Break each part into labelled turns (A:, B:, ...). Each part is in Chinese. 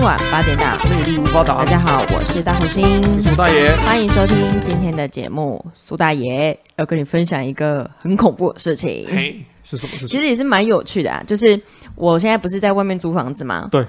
A: 晚八点档，
B: 魅力无法挡
A: 大。家好，我是大红星，
B: 我是苏大爷，
A: 欢迎收听今天的节目。苏大爷要跟你分享一个很恐怖的事情，
B: 嘿，是什么事
A: 其
B: 情？
A: 实也是蛮有趣的啊。就是我现在不是在外面租房子嘛，
B: 对，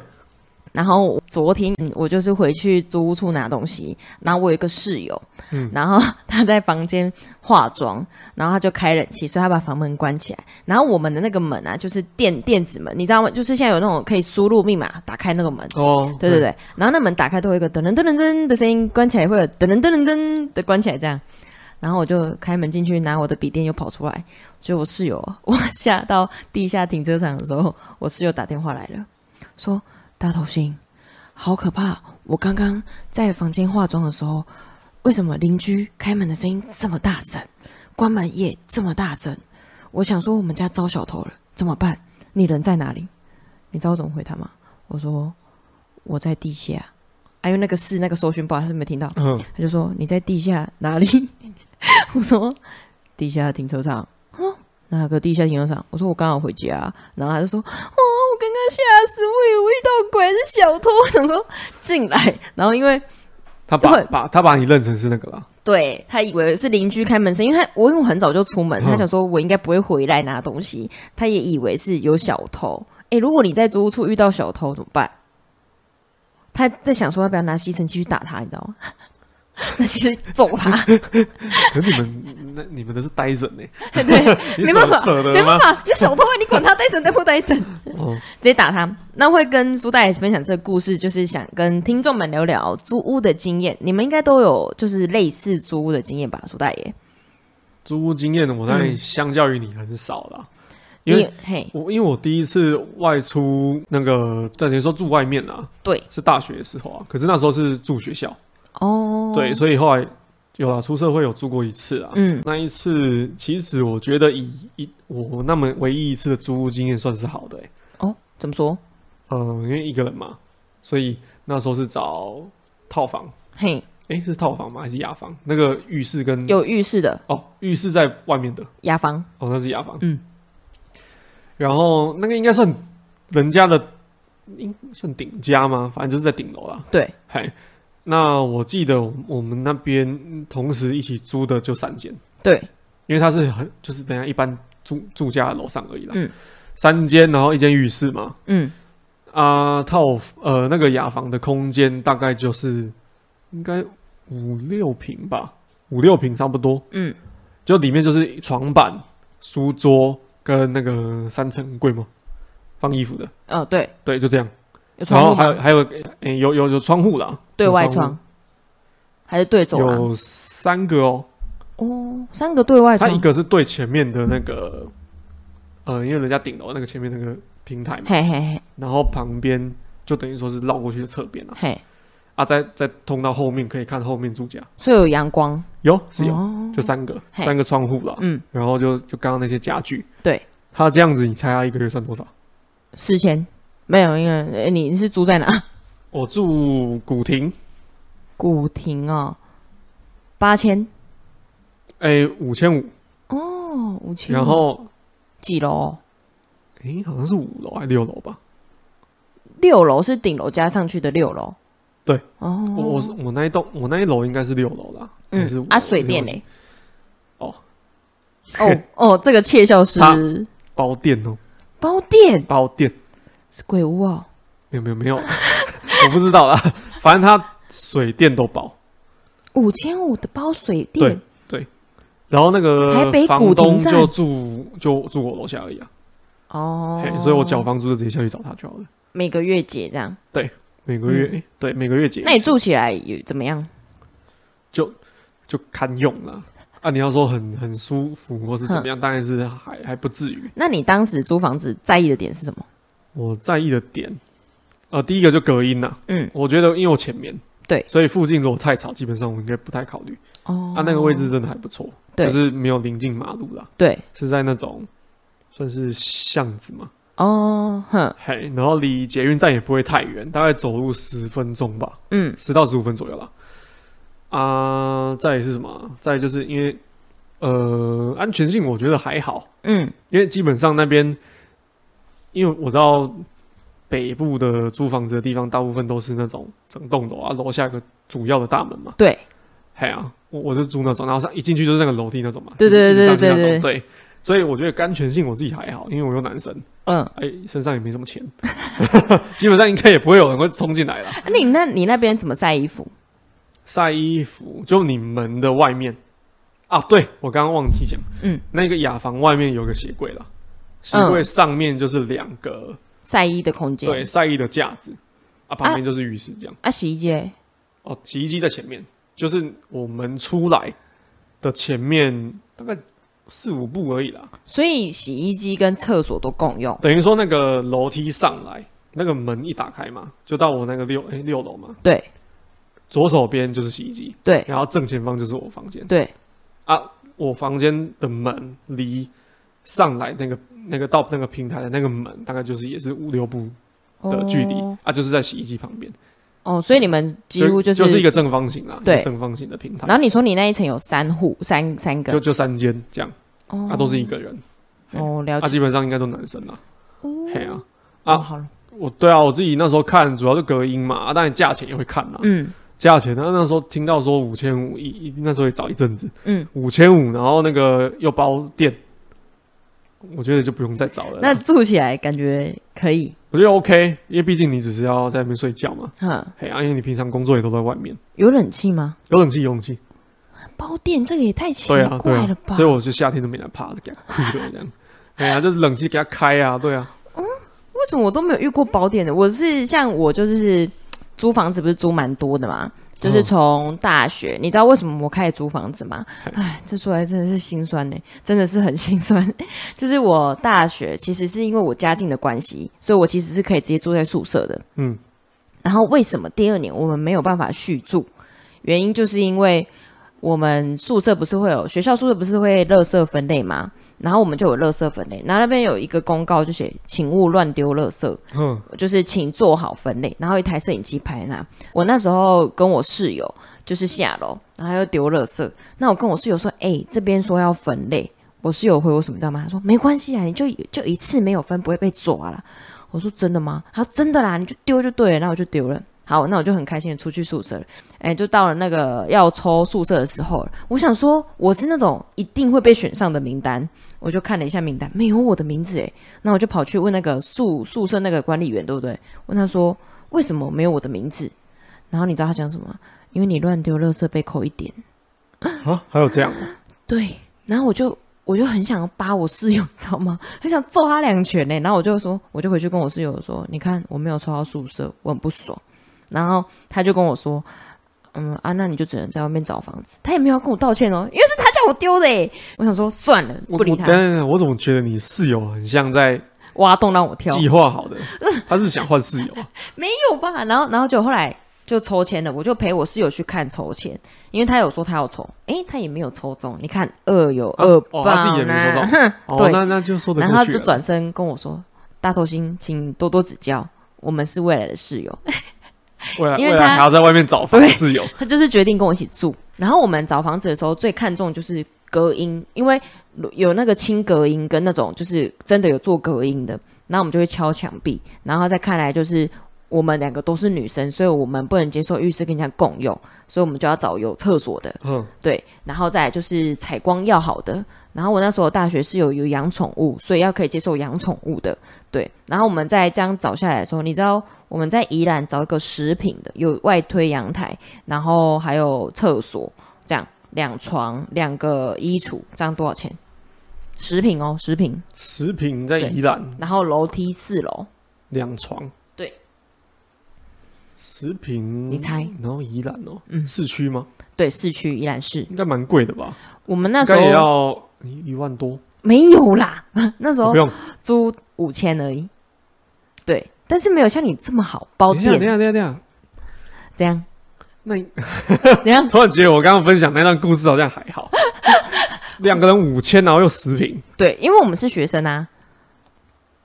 A: 然后昨天嗯我就是回去租屋处拿东西，然后我有一个室友，
B: 嗯
A: 然后他在房间化妆，然后他就开冷气，所以他把房门关起来。然后我们的那个门啊，就是电电子门，你知道吗？就是现在有那种可以输入密码打开那个门。
B: 哦，
A: 对对对，然后那门打开都会有一个噔噔噔噔噔的声音，关起来会有噔噔噔噔噔的关起来这样。然后我就开门进去拿我的笔电，又跑出来，就我室友，我下到地下停车场的时候，我室友打电话来了，说大头星，好可怕！我刚刚在房间化妆的时候，为什么邻居开门的声音这么大声，关门也这么大声？我想说我们家遭小偷了，怎么办？你人在哪里？你知道我怎么回他吗？我说我在地下，啊，因为那个是那个搜寻报，他是没听到，
B: 嗯，
A: 他就说你在地下哪里？ 我说地下停车场。哦，哪个地下停车场？我说我刚好回家，然后他就说哦，我刚刚吓死，我以为遇到鬼是小偷，我想说进来，然后因为
B: 他把
A: 会
B: 把他把你认成是那个啦，
A: 对他以为是邻居开门声，因为他我因为我很早就出门，
B: 嗯
A: 他想说我应该不会回来拿东西，他也以为是有小偷。诶，如果你在租屋处遇到小偷怎么办？他在想说要不要拿吸尘器去打他，你知道吗？ 那其实揍他，
B: 可是你们那你们都是呆人呢，
A: 对，
B: 你
A: 没办
B: 舍
A: 法，
B: 舍得
A: 没办
B: 吗？
A: 法，有小偷啊，你管他戴森戴不戴森，
B: 哦
A: 直接打他。那会跟苏大爷分享这个故事，就是想跟听众们聊聊租屋的经验。你们应该都有就是类似租屋的经验吧，苏大爷？
B: 租屋经验我当然
A: 嗯
B: 相较于你很少啦，因
A: 你
B: 为
A: 有嘿，
B: 我因为我第一次外出那个，等于说住外面啊，
A: 对
B: 是大学的时候啊，可是那时候是住学校，
A: 哦，
B: 对，所以后来有啊，出社会有住过一次啊。
A: 嗯
B: 那一次，其实我觉得以一我那么唯一一次的租屋经验算是好的、欸，
A: 哦，怎么说？
B: 嗯、因为一个人嘛，所以那时候是找套房，
A: 嘿，
B: 诶、是套房吗？还是雅房？那个浴室跟
A: 有浴室的
B: 哦，浴室在外面的，
A: 雅房，
B: 哦，那是雅房，
A: 嗯，
B: 然后那个应该算人家的，应算顶家吗？反正就是在顶楼啦，
A: 对，
B: 嗨。那我记得我们那边同时一起租的就三间，
A: 对，
B: 因为它是很就是等一下一般住住家的楼上而已啦。
A: 嗯，
B: 三间，然后一间浴室嘛。
A: 嗯，
B: 啊、套呃那个雅房的空间大概就是应该五六平吧，五六平差不多。
A: 嗯，
B: 就里面就是床板、书桌跟那个三层柜嘛，放衣服的。
A: 呃，对，
B: 对，就这样。
A: 有
B: 然
A: 窗
B: 后
A: 户
B: 还
A: 吗？
B: 有还有、诶有有有窗户啦，
A: 对
B: 有
A: 外
B: 户
A: 窗还是对走廊？
B: 有三个哦。
A: 哦，三个对外
B: 它
A: 窗
B: 一，个是对前面的那个，呃，因为人家顶楼那个前面那个平台嘛，
A: 嘿嘿嘿
B: 然后旁边就等于说是绕过去的侧边啊，
A: 嘿，
B: 啊，再再通到后面可以看后面住家，
A: 所以有阳光，
B: 有是有，
A: 哦
B: 就三个
A: 嘿
B: 三个窗户啦，
A: 嗯，
B: 然后就就刚刚那些家具，
A: 对，
B: 他这样子，你猜他一个月算多少？
A: 四千没有，因为呃你是租在哪？
B: 我住古亭，
A: 古亭哦，八千
B: 哎，五千五，
A: 哦，五千，
B: 然后
A: 几楼？
B: 哎，好像是五楼还是六楼吧？
A: 六楼是顶楼加上去的六楼，
B: 对，
A: 哦，
B: 我我我那一栋我那一楼应该是六楼啦，还是五
A: 嗯
B: 楼
A: 啊，水电？
B: 六楼
A: 嘞，
B: 哦
A: 哦 哦，这个窃笑
B: 他
A: 师
B: 包电哦，
A: 包店
B: 包电。
A: 是鬼屋哦。
B: 没有没有没有， 我不知道啦。反正它水电都包，
A: 五千五的包水
B: 对
A: 电，
B: 对。然后那
A: 台
B: 个
A: 北
B: 房
A: 古亭
B: 东
A: 站
B: 就住就住我楼下而已啊，
A: 哦
B: 嘿，所以我缴房租就直接下去找他就好了。
A: 每个月结这样。
B: 每个月、
A: 嗯
B: 诶对每个月结一次，
A: 那你住起来有怎么样？
B: 就就堪用啦。啊，你要说很很舒服或是怎么样，当然是还还不至于。
A: 那你当时租房子在意的点是什么？
B: 我在意的点，呃，第一个就隔音呐、
A: 嗯，
B: 我觉得因为我前面
A: 对
B: 所以附近如果太吵，基本上我应该不太考虑。
A: 哦，
B: 啊，那个位置真的还不错，
A: 对
B: 就是没有临近马路啦。
A: 对
B: 是在那种算是巷子嘛，
A: 哦，哼，
B: 嘿，然后离捷运站也不会太远，大概走路十分钟吧，
A: 嗯
B: 十到十五分左右啦。啊，再来是什么啊？再来就是因为呃，安全性我觉得还好，
A: 嗯，
B: 因为基本上那边，因为我知道北部的租房子的地方，大部分都是那种整栋楼啊，楼下有个主要的大门嘛。
A: 对，
B: 嘿啊，我我就住那种，然后上一进去就是那个楼梯那种嘛。
A: 对对
B: 一直上去
A: 对对
B: 那种
A: 对
B: 对。所以我觉得安全性我自己还好，因为我有男生，
A: 嗯，
B: 哎、身上也没什么钱， 基本上应该也不会有人会冲进来啦。
A: 啊你那你那边怎么晒衣服？
B: 晒衣服就你门的外面啊，对我刚刚忘记讲，
A: 嗯，
B: 那个雅房外面有个鞋柜啦，鞋柜上面就是两个、
A: 晒衣的空间？
B: 对晒衣的架子啊，旁边就是浴室这样。
A: 啊，洗衣机，
B: 哦，洗衣机在前面，就是我们出来的前面大概四五步而已啦。
A: 所以洗衣机跟厕所都共用。
B: 等于说那个楼梯上来，那个门一打开嘛，就到我那个六哎、六楼嘛，
A: 对
B: 左手边就是洗衣机，
A: 对
B: 然后正前方就是我房间。
A: 对，
B: 啊，我房间的门离上来那个那个到那个平台的那个门，大概就是也是五六步的距离、
A: 哦
B: 啊，就是在洗衣机旁边，
A: 哦，所以你们几乎
B: 就是一个正方形啦，
A: 对
B: 一个正方形的平
A: 然
B: 台，
A: 后你说你那一层有三户，三三
B: 就
A: 个，
B: 就三间这样，
A: 哦
B: 啊，都是一个人，
A: 哦，了
B: 啊，
A: 解。
B: 基本上应该都男生啦，嘿啊，
A: 哦，
B: 啊
A: 好了，
B: 我对啊，我自己那时候看主要就隔音嘛，啊，当然价钱也会看啦，
A: 嗯
B: 价钱呢那时候听到说五千五一一那时候也找一阵子
A: 嗯，
B: 五千五，然后那个又包电。我觉得就不用再找了啦。
A: 那住起来感觉可以，
B: 我觉得 OK，因为毕竟你只是要在那边睡觉嘛，
A: 哈，
B: 嘿啊，因为你平常工作也都在外面，
A: 有冷气吗？
B: 有冷气有冷气，
A: 包店这个也太奇
B: 对啊
A: 怪
B: 对
A: 了
B: 啊，
A: 吧？
B: 所以我就夏天都没来怕，就给它酷的 这样，哎呀、就是冷气给它开啊，对啊，
A: 为什么我都没有遇过包店的？我是像我就是嘖租房子，不是租蛮多的嘛？就是从大学，你知道为什么我开始租房子吗？哎，这说来真的是心酸呢、真的是很心酸。 就是我大学其实是因为我家境的关系，所以我其实是可以直接住在宿舍的。
B: 嗯，
A: 然后为什么第二年我们没有办法续住？原因就是因为我们宿舍不是会有学校宿舍不是会垃圾分类吗？然后我们就有垃圾分类，然后那边有一个公告就写“请勿乱丢垃圾
B: 哼，”，
A: 就是请做好分类。然后一台摄影机拍那，我那时候跟我室友就是下楼，然后又丢垃圾。那我跟我室友说：“哎、这边说要分类。”我室友回我什么你知道吗？他说：“没关系啊，你就就一次没有分，不会被抓啦。”我说：“真的吗？”他说：“真的啦，你就丢就对了。”那我就丢了。好，那我就很开心的出去宿舍了。哎，就到了那个要抽宿舍的时候了。我想说，我是那种一定会被选上的名单，我就看了一下名单，没有我的名字哎。那我就跑去问那个宿宿舍那个管理员，对不对？问他说为什么没有我的名字？然后你知道他讲什么吗？因为你乱丢垃圾被扣一点。
B: 啊，还有这样哦，
A: 对，然后我就我就很想扒我室友，知道吗？很想揍他两拳呢、欸然后我就说，我就回去跟我室友说，你看我没有抽到宿舍，我很不爽。然后他就跟我说，嗯啊，那你就只能在外面找房子。他也没有要跟我道歉哦，因为是他叫我丢的、欸。我想说算了，
B: 我
A: 不理
B: 我等一
A: 他，
B: 下等一下我怎么觉得你室友很像在
A: 挖洞让我跳，
B: 计划好的，他是不是想换室友 啊？
A: 没有吧？然后然后就后来。就抽签了，我就陪我室友去看抽签，因为他有说他要抽，诶、他也没有抽中。你看二有
B: 啊
A: 二
B: 哦
A: 爆、，
B: 他自己也没多少，哦，
A: 对
B: 那那就说得
A: 然后
B: 过
A: 他
B: 去
A: 就
B: 了。
A: 转身跟我说：“大头星，请多多指教，我们是未来的室友。
B: 未来
A: 因为
B: 未来
A: 他
B: 还要在外面找房
A: 对
B: 室友”，
A: 他就是决定跟我一起住。然后我们找房子的时候，最看重就是隔音，因为有那个轻隔音跟那种就是真的有做隔音的。然后我们就会敲墙壁，然后再看来就是我们两个都是女生，所以我们不能接受浴室跟人家共用，所以我们就要找有厕所的。
B: 嗯，
A: 对，然后再来就是采光要好的。然后我那时候大学是有有养宠物，所以要可以接受养宠物的。对，然后我们再这样找下来的时候，你知道我们在宜兰找一个食品的，有外推阳台，然后还有厕所，这样两床两个衣橱，这样多少钱？食品哦，食品，
B: 食品在
A: 对
B: 宜兰
A: 然后楼梯四楼，
B: 两床，
A: 对，
B: 食品
A: 你猜？
B: 然后宜兰哦，
A: 嗯
B: 市区吗？
A: 对，市区宜兰市。
B: 应该蛮贵的吧？
A: 我们那
B: 应
A: 时
B: 该也
A: 候
B: 要一一万多，哦
A: 没有啦， 那时候
B: 不用。
A: 租五千而已，对，但是没有像你这么好包
B: 等一下，等一
A: 店，
B: 下，等一下，等一下。
A: 这样
B: 那你
A: 怎样？
B: 突然觉得我刚刚分享那段故事好像还 好，两个人五千，然后又十平
A: 对，因为我们是学生啊，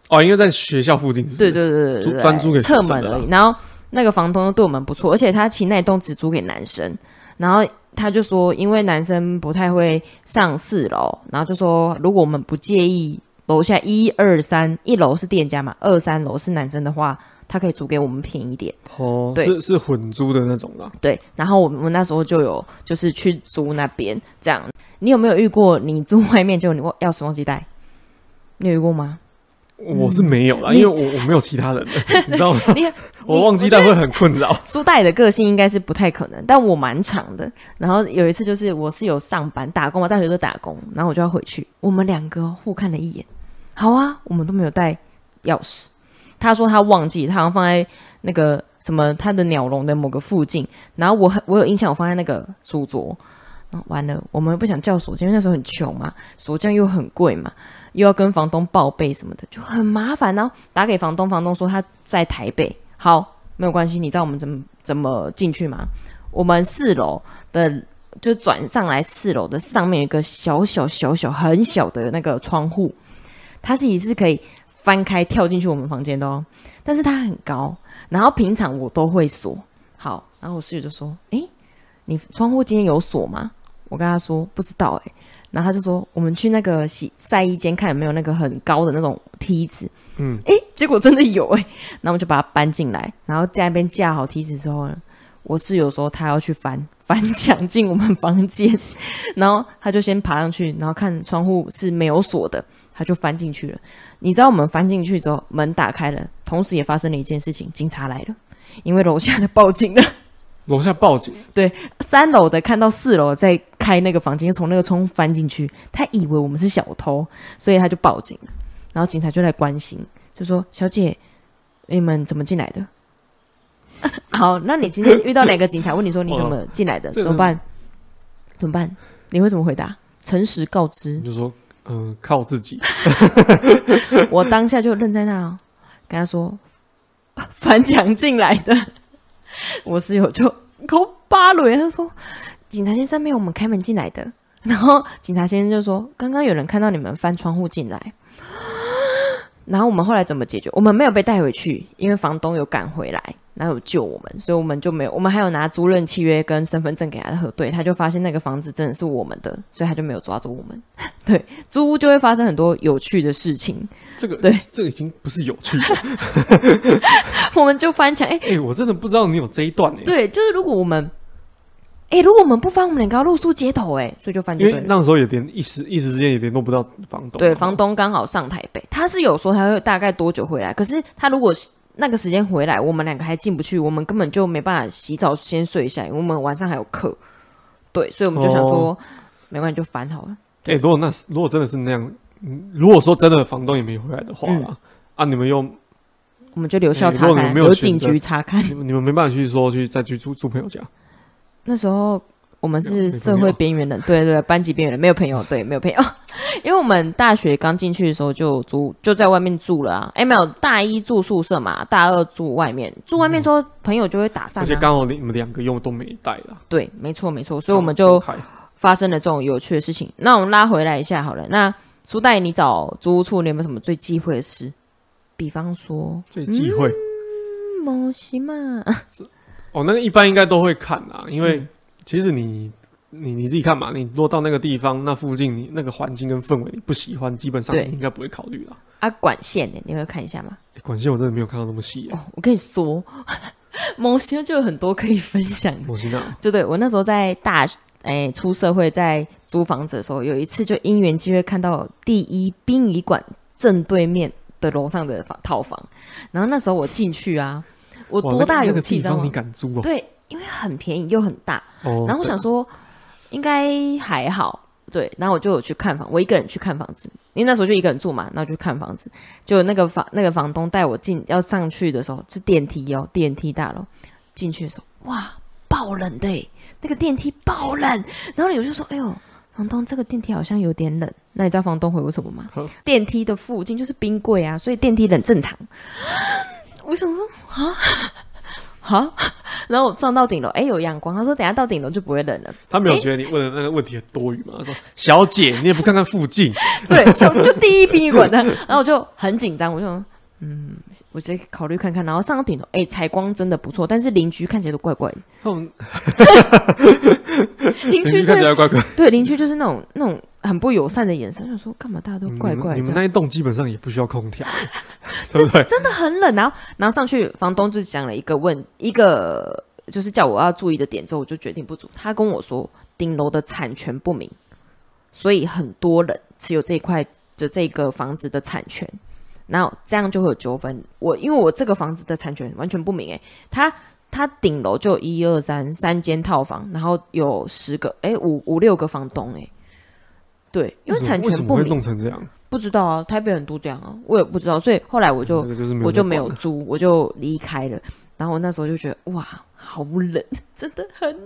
B: 哦，因为在学校附近是不
A: 对
B: 是，
A: 对对对对
B: 租
A: 对，
B: 专租给学
A: 侧
B: 生的
A: 门
B: 啦
A: 而已。然后那个房东又对我们不错，而且他其实那一栋只租给男生，然后他就说，因为男生不太会上四楼，然后就说如果我们不介意楼下一二三，一楼是店家嘛，二三楼是男生的话，他可以租给我们便宜一点。
B: 哦，
A: 对
B: 是是混租的那种啦。
A: 对，然后我们那时候就有就是去租那边这样。你有没有遇过你租外面就你忘钥匙忘记带？你有遇过吗？
B: 我是没有啦，
A: 你
B: 因为我我没有其他人了，嗯 你知道吗？
A: 你
B: 我忘记带会很困扰。
A: 苏大爷的个性应该是不太可能，但我蛮长的。然后有一次就是我是有上班打工嘛，大学都打工，然后我就要回去，我们两个互看了一眼，好啊，我们都没有带钥匙。他说他忘记，他好像放在那个什么他的鸟笼的某个附近，然后我很我有印象，我放在那个书桌。然后完了，我们不想叫锁匠，因为那时候很穷嘛，锁匠又很贵嘛，又要跟房东报备什么的，就很麻烦。然后打给房东，房东说他在台北，好，没有关系，你知道我们怎么怎么进去吗？我们四楼的就转上来四楼的上面有一个小小小小很小的那个窗户，它是也是可以翻开跳进去我们房间的哦，但是它很高，然后平常我都会锁。好，然后我室友就说：“诶，你窗户今天有锁吗？”我跟他说：“不知道。”诶，然后他就说：“我们去那个洗晒衣间看有没有那个很高的那种梯子。”
B: 嗯，
A: 诶，结果真的有诶，然后我们就把它搬进来，然后在那边架好梯子之后呢，我室友说他要去翻 翻墙进我们房间， 然后他就先爬上去，然后看窗户是没有锁的，他就翻进去了。你知道我们翻进去之后，门打开了，同时也发生了一件事情，警察来了，因为楼下的报警了，
B: 楼下报警，
A: 三楼的看到四楼在开那个房间，从那个窗户翻进去，他以为我们是小偷，所以他就报警了。然后警察就来关心，就说：“小姐，你们怎么进来的？” 好，那你今天遇到哪个警察问你说你怎么进来的？
B: 这个
A: 怎么办？怎么办？你会怎么回答？诚实告知
B: 你。就说嗯、呃靠自己。
A: 我当下就愣在那、哦，跟他说 翻墙进来的。 我室友就抠八轮，他说：“警察先生没有我们开门进来的。” 然后警察先生就说：“刚刚有人看到你们翻窗户进来。” 然后我们后来怎么解决？我们没有被带回去，因为房东有赶回来，然后有救我们，所以我们就没有。我们还有拿租赁契约跟身份证给他核对，他就发现那个房子真的是我们的，所以他就没有抓住我们。 对，租屋就会发生很多有趣的事情。
B: 这个
A: 对，
B: 这个已经不是有趣了。
A: 我们就翻墙。哎、
B: 哎、我真的不知道你有这一段哎、
A: 对，就是如果我们，哎、如果我们不翻，我们两个要露宿街头、哎，所以就翻就
B: 因
A: 对
B: 为
A: 了。
B: 那时候也联一时一时之间也联络不到房东嘛，啊
A: 对，房东刚好上台北，他是有说他会大概多久回来，可是他如果那个时间回来，我们两个还进不去，我们根本就没办法洗澡先睡一下，因为我们晚上还有课。对，所以我们就想说，
B: 哦
A: 没关系，就翻好了。
B: 哎、如果那是如果真的是那样，嗯如果说真的房东也没回来的话啦，
A: 嗯
B: 啊，你们又
A: 我们就留校
B: 哎
A: 查
B: 如果
A: 看，
B: 你没有
A: 留
B: 选
A: 警
B: 择
A: 局查看。
B: 你们你们没办法去说去再去住住朋友家，
A: 那时候我们
B: 没有
A: 是
B: 没
A: 社
B: 朋
A: 会
B: 友
A: 边 缘人，对对对，班级边缘人，没有朋友，对，没有朋友， 因为我们大学刚进去的时候就住就在外面住了啊，哎，没有，大一住宿舍嘛，大二住外面，住外面之后朋友就会打散
B: 嗯而且
A: 啊，
B: 刚好你们两个又都没带啦，
A: 对，没错没错，所以我们
B: 刚好
A: 就
B: 错开
A: 发生了这种有趣的事情。那我们拉回来一下好了，那苏代你找租屋处，你有没有什么最忌讳的事？比方说，
B: 最忌讳、
A: 嗯某西嘛，
B: 哦，那个一般应该都会看啦，因
A: 嗯
B: 为其实你。你你自己看嘛，你落到那个地方，那附近你那个环境跟氛围你不喜欢，基本上
A: 对
B: 你应该不会考虑啦。
A: 啊，管线呢，你会看一下吗？
B: 欸管线我真的没有看到那么细、欸，
A: 哦，我跟你说， 某些就有很多可以分享的。
B: 莫西娜，
A: 就对我那时候在大哎出社会，在租房子的时候，有一次就因缘机会看到第一殡仪馆正对面的楼上的房套房，然后那时候我进去啊，我
B: 哇
A: 多大
B: 那个那
A: 勇
B: 个
A: 气，
B: 地
A: 你知道
B: 方
A: 吗
B: 你？敢租哦？
A: 对，因为很便宜又很大，
B: 哦，
A: 然后我想说，应该还好，对。然后我就有去看房，我一个人去看房子，因为那时候就一个人住嘛，然后就看房子。就那个房那个房东带我进要上去的时候，是电梯哦，电梯大楼进去的时候，哇，爆冷的欸，那个电梯爆冷。然后我就说，哎呦。房东，这个电梯好像有点冷。那你知道房东回我什么吗
B: 呵？
A: 电梯的附近就是冰柜啊，所以电梯冷正常。 我想说 啊啊，然后我上到顶楼，哎，有阳光。他说等一下到顶楼就不会冷 了。
B: 他没有觉得你问的那个问题很多余吗？他说：“小姐，你也不看看附近，
A: 对，就就第一殡仪馆的，然后我就很紧张，我就嗯，我直接考虑看看，然后上到顶楼，哎、采光真的不错，但是邻居看起来都怪怪的，
B: 那 种
A: 邻居
B: 邻居看
A: 真的
B: 起来怪怪，
A: 对邻居就是那种那种很不友善的眼神，我想说干嘛大家都怪怪
B: 嗯你们你
A: 这
B: 们
A: 样，
B: 那一栋基本上也不需要空调， 对不对？
A: 真的很冷。然后然后上去，房东就讲了一个问一个就是叫我要注意的点之后，我就决定不租。他跟我说顶楼的产权不明，所以很多人持有这一块的这个房子的产权。然后这样就会有纠纷。我因为我这个房子的产权完全不明诶、欸他他顶楼就有一二三三间套房，然后有十个诶、五五六个房东诶、欸对，因为产
B: 为什
A: 权
B: 么
A: 不
B: 会
A: 明，
B: 弄成这样？
A: 不知道啊，台北很多这样啊，我也不知道，所以后来我就
B: 那个就是
A: 我就
B: 在
A: 没有
B: 管了
A: 租，我就离开了。然后我那时候就觉得哇，好冷， 真的很冷，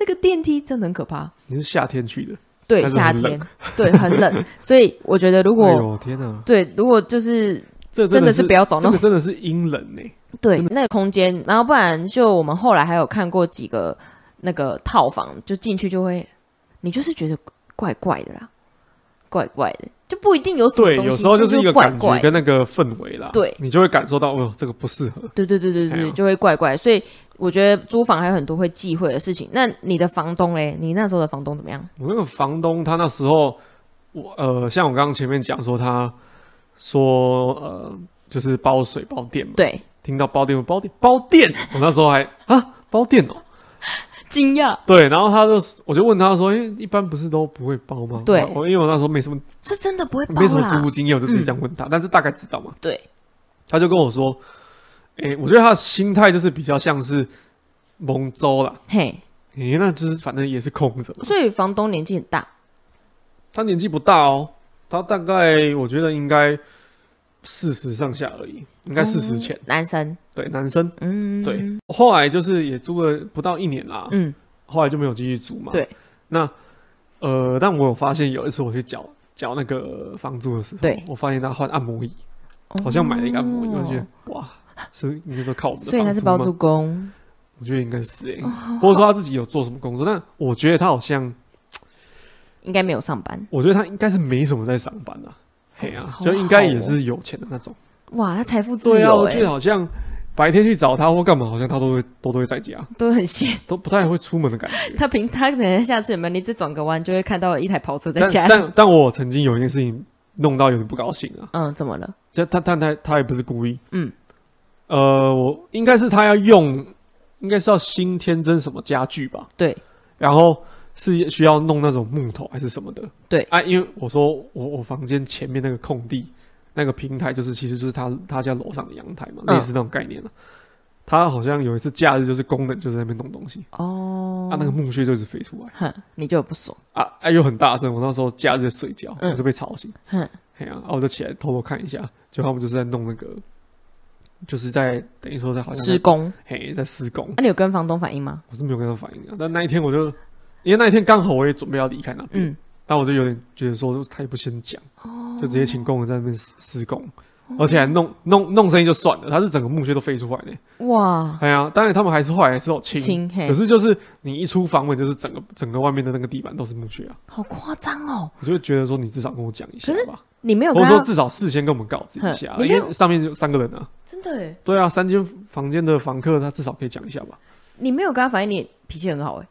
A: 那个电梯真的很可怕。
B: 你是夏天去的，
A: 对，
B: 但是
A: 夏
B: 很
A: 天，对，很冷。所以我觉得如果、
B: 哎呦天哪，
A: 对，如果就是
B: 这
A: 真的
B: 是
A: 是不要找那
B: 这
A: 种
B: 个真的是阴冷欸呢。
A: 对那个空间，然后不然就我们后来还有看过几个那个套房，就进去就会，你就是觉得怪怪的啦，怪怪的，就不一定有什么
B: 对，
A: 东西，
B: 有时候
A: 就是
B: 一个
A: 怪
B: 感
A: 怪
B: 觉
A: 的
B: 跟那个氛围啦，
A: 对
B: 你就会感受到，哦，这个不适合。
A: 对对对对
B: 哎
A: 对，
B: 呀
A: 就会怪怪。所以我觉得租房还有很多会忌讳的事情。那你的房东嘞？你那时候的房东怎么样？
B: 我那个房东他那时候，我呃，像我刚刚前面讲说，他说呃，就是包水包电嘛，
A: 对，
B: 听到包电包电包电，我那时候还啊包电哦，
A: 惊讶
B: 对，然后他就我就问他说，因为一般不是都不会包吗？
A: 对
B: 我我因为我那时候没什么
A: 是真的不会包
B: 没什么租
A: 啦嗯
B: 屋。经验，我就直接这样问他，但是大概知道嘛，
A: 对，
B: 他就跟我说，诶、我觉得他的心态就是比较像是蒙州啦，
A: 嘿，
B: 诶、那就是反正也是空着嘛，
A: 所以房东年纪很大，
B: 他年纪不大哦，他大概我觉得应该四十上下而已，应该四十前。
A: 男生，
B: 对，男生。
A: 哦嗯，
B: 对，后来就是也租了不到一年啦，
A: 嗯，
B: 后来就没有继续租嘛。
A: 对，
B: 那呃，但我有发现有一次我去缴缴那个房租的时候，
A: 对
B: 我发现他换按摩椅，好像买了一个按摩椅，我
A: 哦
B: 就觉得哇，是应该都靠我们的
A: 所以他是包
B: 房
A: 租哦
B: 租吗，
A: 公，
B: 我觉得应该是哎、或者说他自己有做什么工作，但我觉得他好像，
A: 应该没有上班。
B: 我觉得他应该是没什么在上班啊，嘿啊，
A: 好
B: 就应该
A: 好
B: 也
A: 哦
B: 是有钱的那种。
A: 哇，他财富自
B: 对啊，
A: 由
B: 我
A: 哎
B: 记、得好像白天去找他或干嘛，好像他都会都都会在家，
A: 都很闲。
B: 都不太会出门的感觉。
A: 他平他可能下次有没有你只转个弯就会看到一台跑车在
B: 但
A: 家里。
B: 但但我曾经有一件事情弄到有点不高兴啊，
A: 嗯，怎么了？
B: 就他但他他也不是故意，
A: 嗯，
B: 呃，我应该是他要用，应该是要新添增什么家具吧，
A: 对，
B: 然后是需要弄那种木头还是什么的，
A: 对
B: 啊，因为我说我我房间前面那个空地那个平台就是其实就是他他家楼上的阳台嘛，
A: 嗯
B: 类似那种概念了、他好像有一次假日就是工人就是在那边弄东西，
A: 哦，
B: 啊，那个木屑就一直飞出来，
A: 哼，你就不爽。
B: 啊啊又很大声，我那时候假日在睡觉，
A: 嗯
B: 我就被吵醒，
A: 哼
B: 嘿啊，啊我就起来偷偷看一下，就他们就是在弄那个，就是在等于说在好像在
A: 施工，
B: 嘿在施工
A: 那、，你有跟房东反映吗？
B: 我是没有跟他反应啊，但那一天我就，因为那一天刚好我也准备要离开那边，
A: 嗯，哦
B: 但我就有点觉得说他也不先讲，就直接请工人在那边施施工。而且还弄弄弄声音就算了，他是整个木屑都飞出来呢。
A: 哇，
B: 哎呀，当然他们还是后来还是有清，
A: 亲嘿
B: 可，是就是你一出房门，就是整个整个外面的那个地板都是木屑啊。
A: 好夸张哦！
B: 我就觉得说，你至少跟我讲一下吧，
A: 你没有
B: 或
A: 跟
B: 者说
A: 他
B: 至少事先跟我们告知一下，
A: 哼
B: 因
A: 你没有
B: 为上面就三个人啊，
A: 真的耶，
B: 对啊，三间房间的房客他至少可以讲一下吧。
A: 你没有跟他反映，你脾气很好哎。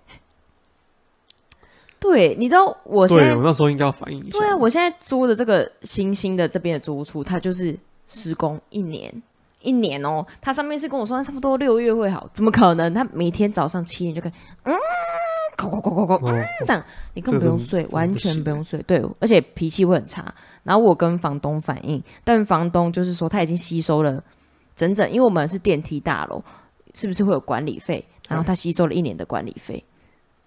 A: 对，你知道我现
B: 对
A: 在
B: 我那时候应该要反映一下，
A: 对啊，我现在租的这个新兴的这边的租屋处，它就是施工一年一年哦。它上面是跟我说它差不多六月会好，怎么可能？它每天早上七点就开始，嗯，咕咕咕咕咕，
B: 哦，
A: 你根本不用睡
B: 这真，的欸
A: 完全不用睡，对，而且脾气会很差。然后我跟房东反映，但房东就是说他已经吸收了整整，因为我们是电梯大楼，是不是会有管理费？然
B: 嗯
A: 后他吸收了一年的管理费，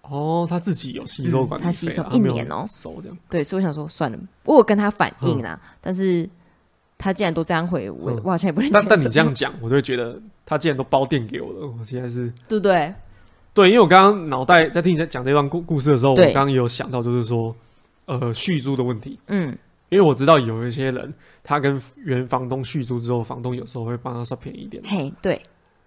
B: 哦，他自己有吸收管
A: 嗯
B: 理费啊，
A: 他吸收
B: 没有
A: 一年哦
B: 收这样，
A: 对，所以我想说算了，我有跟他反映啦，但是他既然都这样回我，
B: 嗯
A: 我好像也不能讲
B: 但
A: 什么，
B: 但你这样讲，我就会觉得他既然都包电给我了，我现在是
A: 对不对？
B: 对，因为我刚刚脑袋在听你在讲这段故故事的时候，我
A: 对
B: 刚刚也有想到，就是说，呃，续租的问题，
A: 嗯，
B: 因为我知道有一些人他跟原房东续租之后，房东有时候会帮他算便宜一点，
A: 嘿，对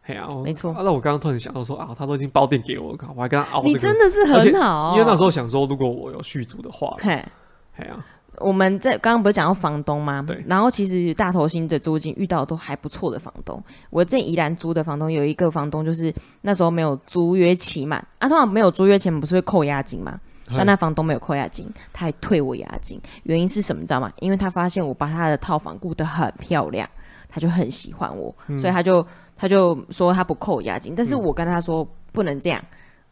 B: 嘿啊，我
A: 没错
B: 啊那我刚刚突然想到说啊，他都已经包电给我，了，哦我还跟他熬、这个。
A: 你真的是
B: 而且
A: 很好哦，
B: 因为那时候想说，如果我有续租的话，
A: 嘿，
B: 哎呀、
A: 我们在刚刚不是讲到房东吗？
B: 对
A: 然后其实大头新的租金遇到都还不错的房东。我之前宜兰租的房东有一个房东，就是那时候没有租约期满，啊，通常没有租约前不是会扣押金吗？但那房东没有扣押金，他还退我押金，原因是什么？你知道吗？因为他发现我把他的套房顾得很漂亮，他就很喜欢我，所以他就他就说他不扣押金，但是我跟他说不能这样。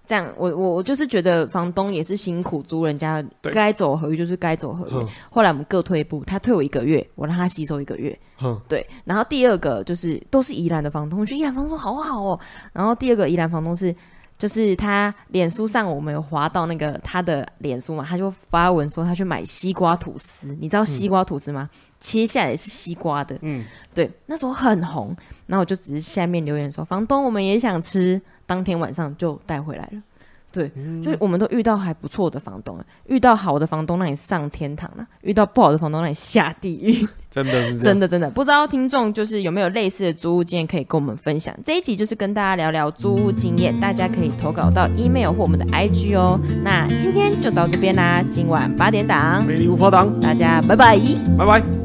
A: 这样，我我我就是觉得房东也是辛苦租人家，
B: 对
A: 该走合约就是该走合约。
B: 哼
A: 后来我们各退一步，他退我一个月，我让他吸收一个月。
B: 哼，
A: 对，然后第二个就是都是宜兰的房东，我觉得宜兰房东好好哦。然后第二个宜兰房东是，就是他脸书上我们有滑到那个他的脸书嘛，他就发文说他去买西瓜吐司，你知道西瓜吐司吗？切下来是西瓜的，
B: 嗯，
A: 对，那时候很红。然后我就只是下面留言说，房东我们也想吃，当天晚上就带回来了。对，就是我们都遇到还不错的房东，遇到好的房东让你上天堂了，遇到不好的房东让你下地狱。
B: 真的是这
A: 真
B: 样。
A: 的真的，不知道听众就是有没有类似的租屋经验可以跟我们分享。这一集就是跟大家聊聊租屋经验，大家可以投稿到 email 或我们的 IG 哦。那今天就到这边啦，今晚八点档，
B: 美丽无法挡，
A: 大家拜拜。
B: 拜拜。